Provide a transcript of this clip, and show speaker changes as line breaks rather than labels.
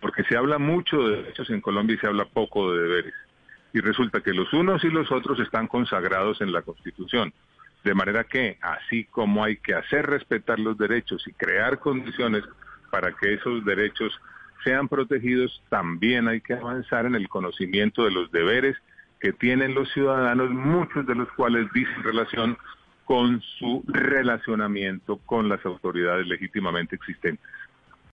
Porque se habla mucho de derechos en Colombia y se habla poco de deberes. Y resulta que los unos y los otros están consagrados en la Constitución. De manera que, así como hay que hacer respetar los derechos y crear condiciones para que esos derechos sean protegidos, también hay que avanzar en el conocimiento de los deberes que tienen los ciudadanos, muchos de los cuales dicen relación con su relacionamiento con las autoridades legítimamente existentes.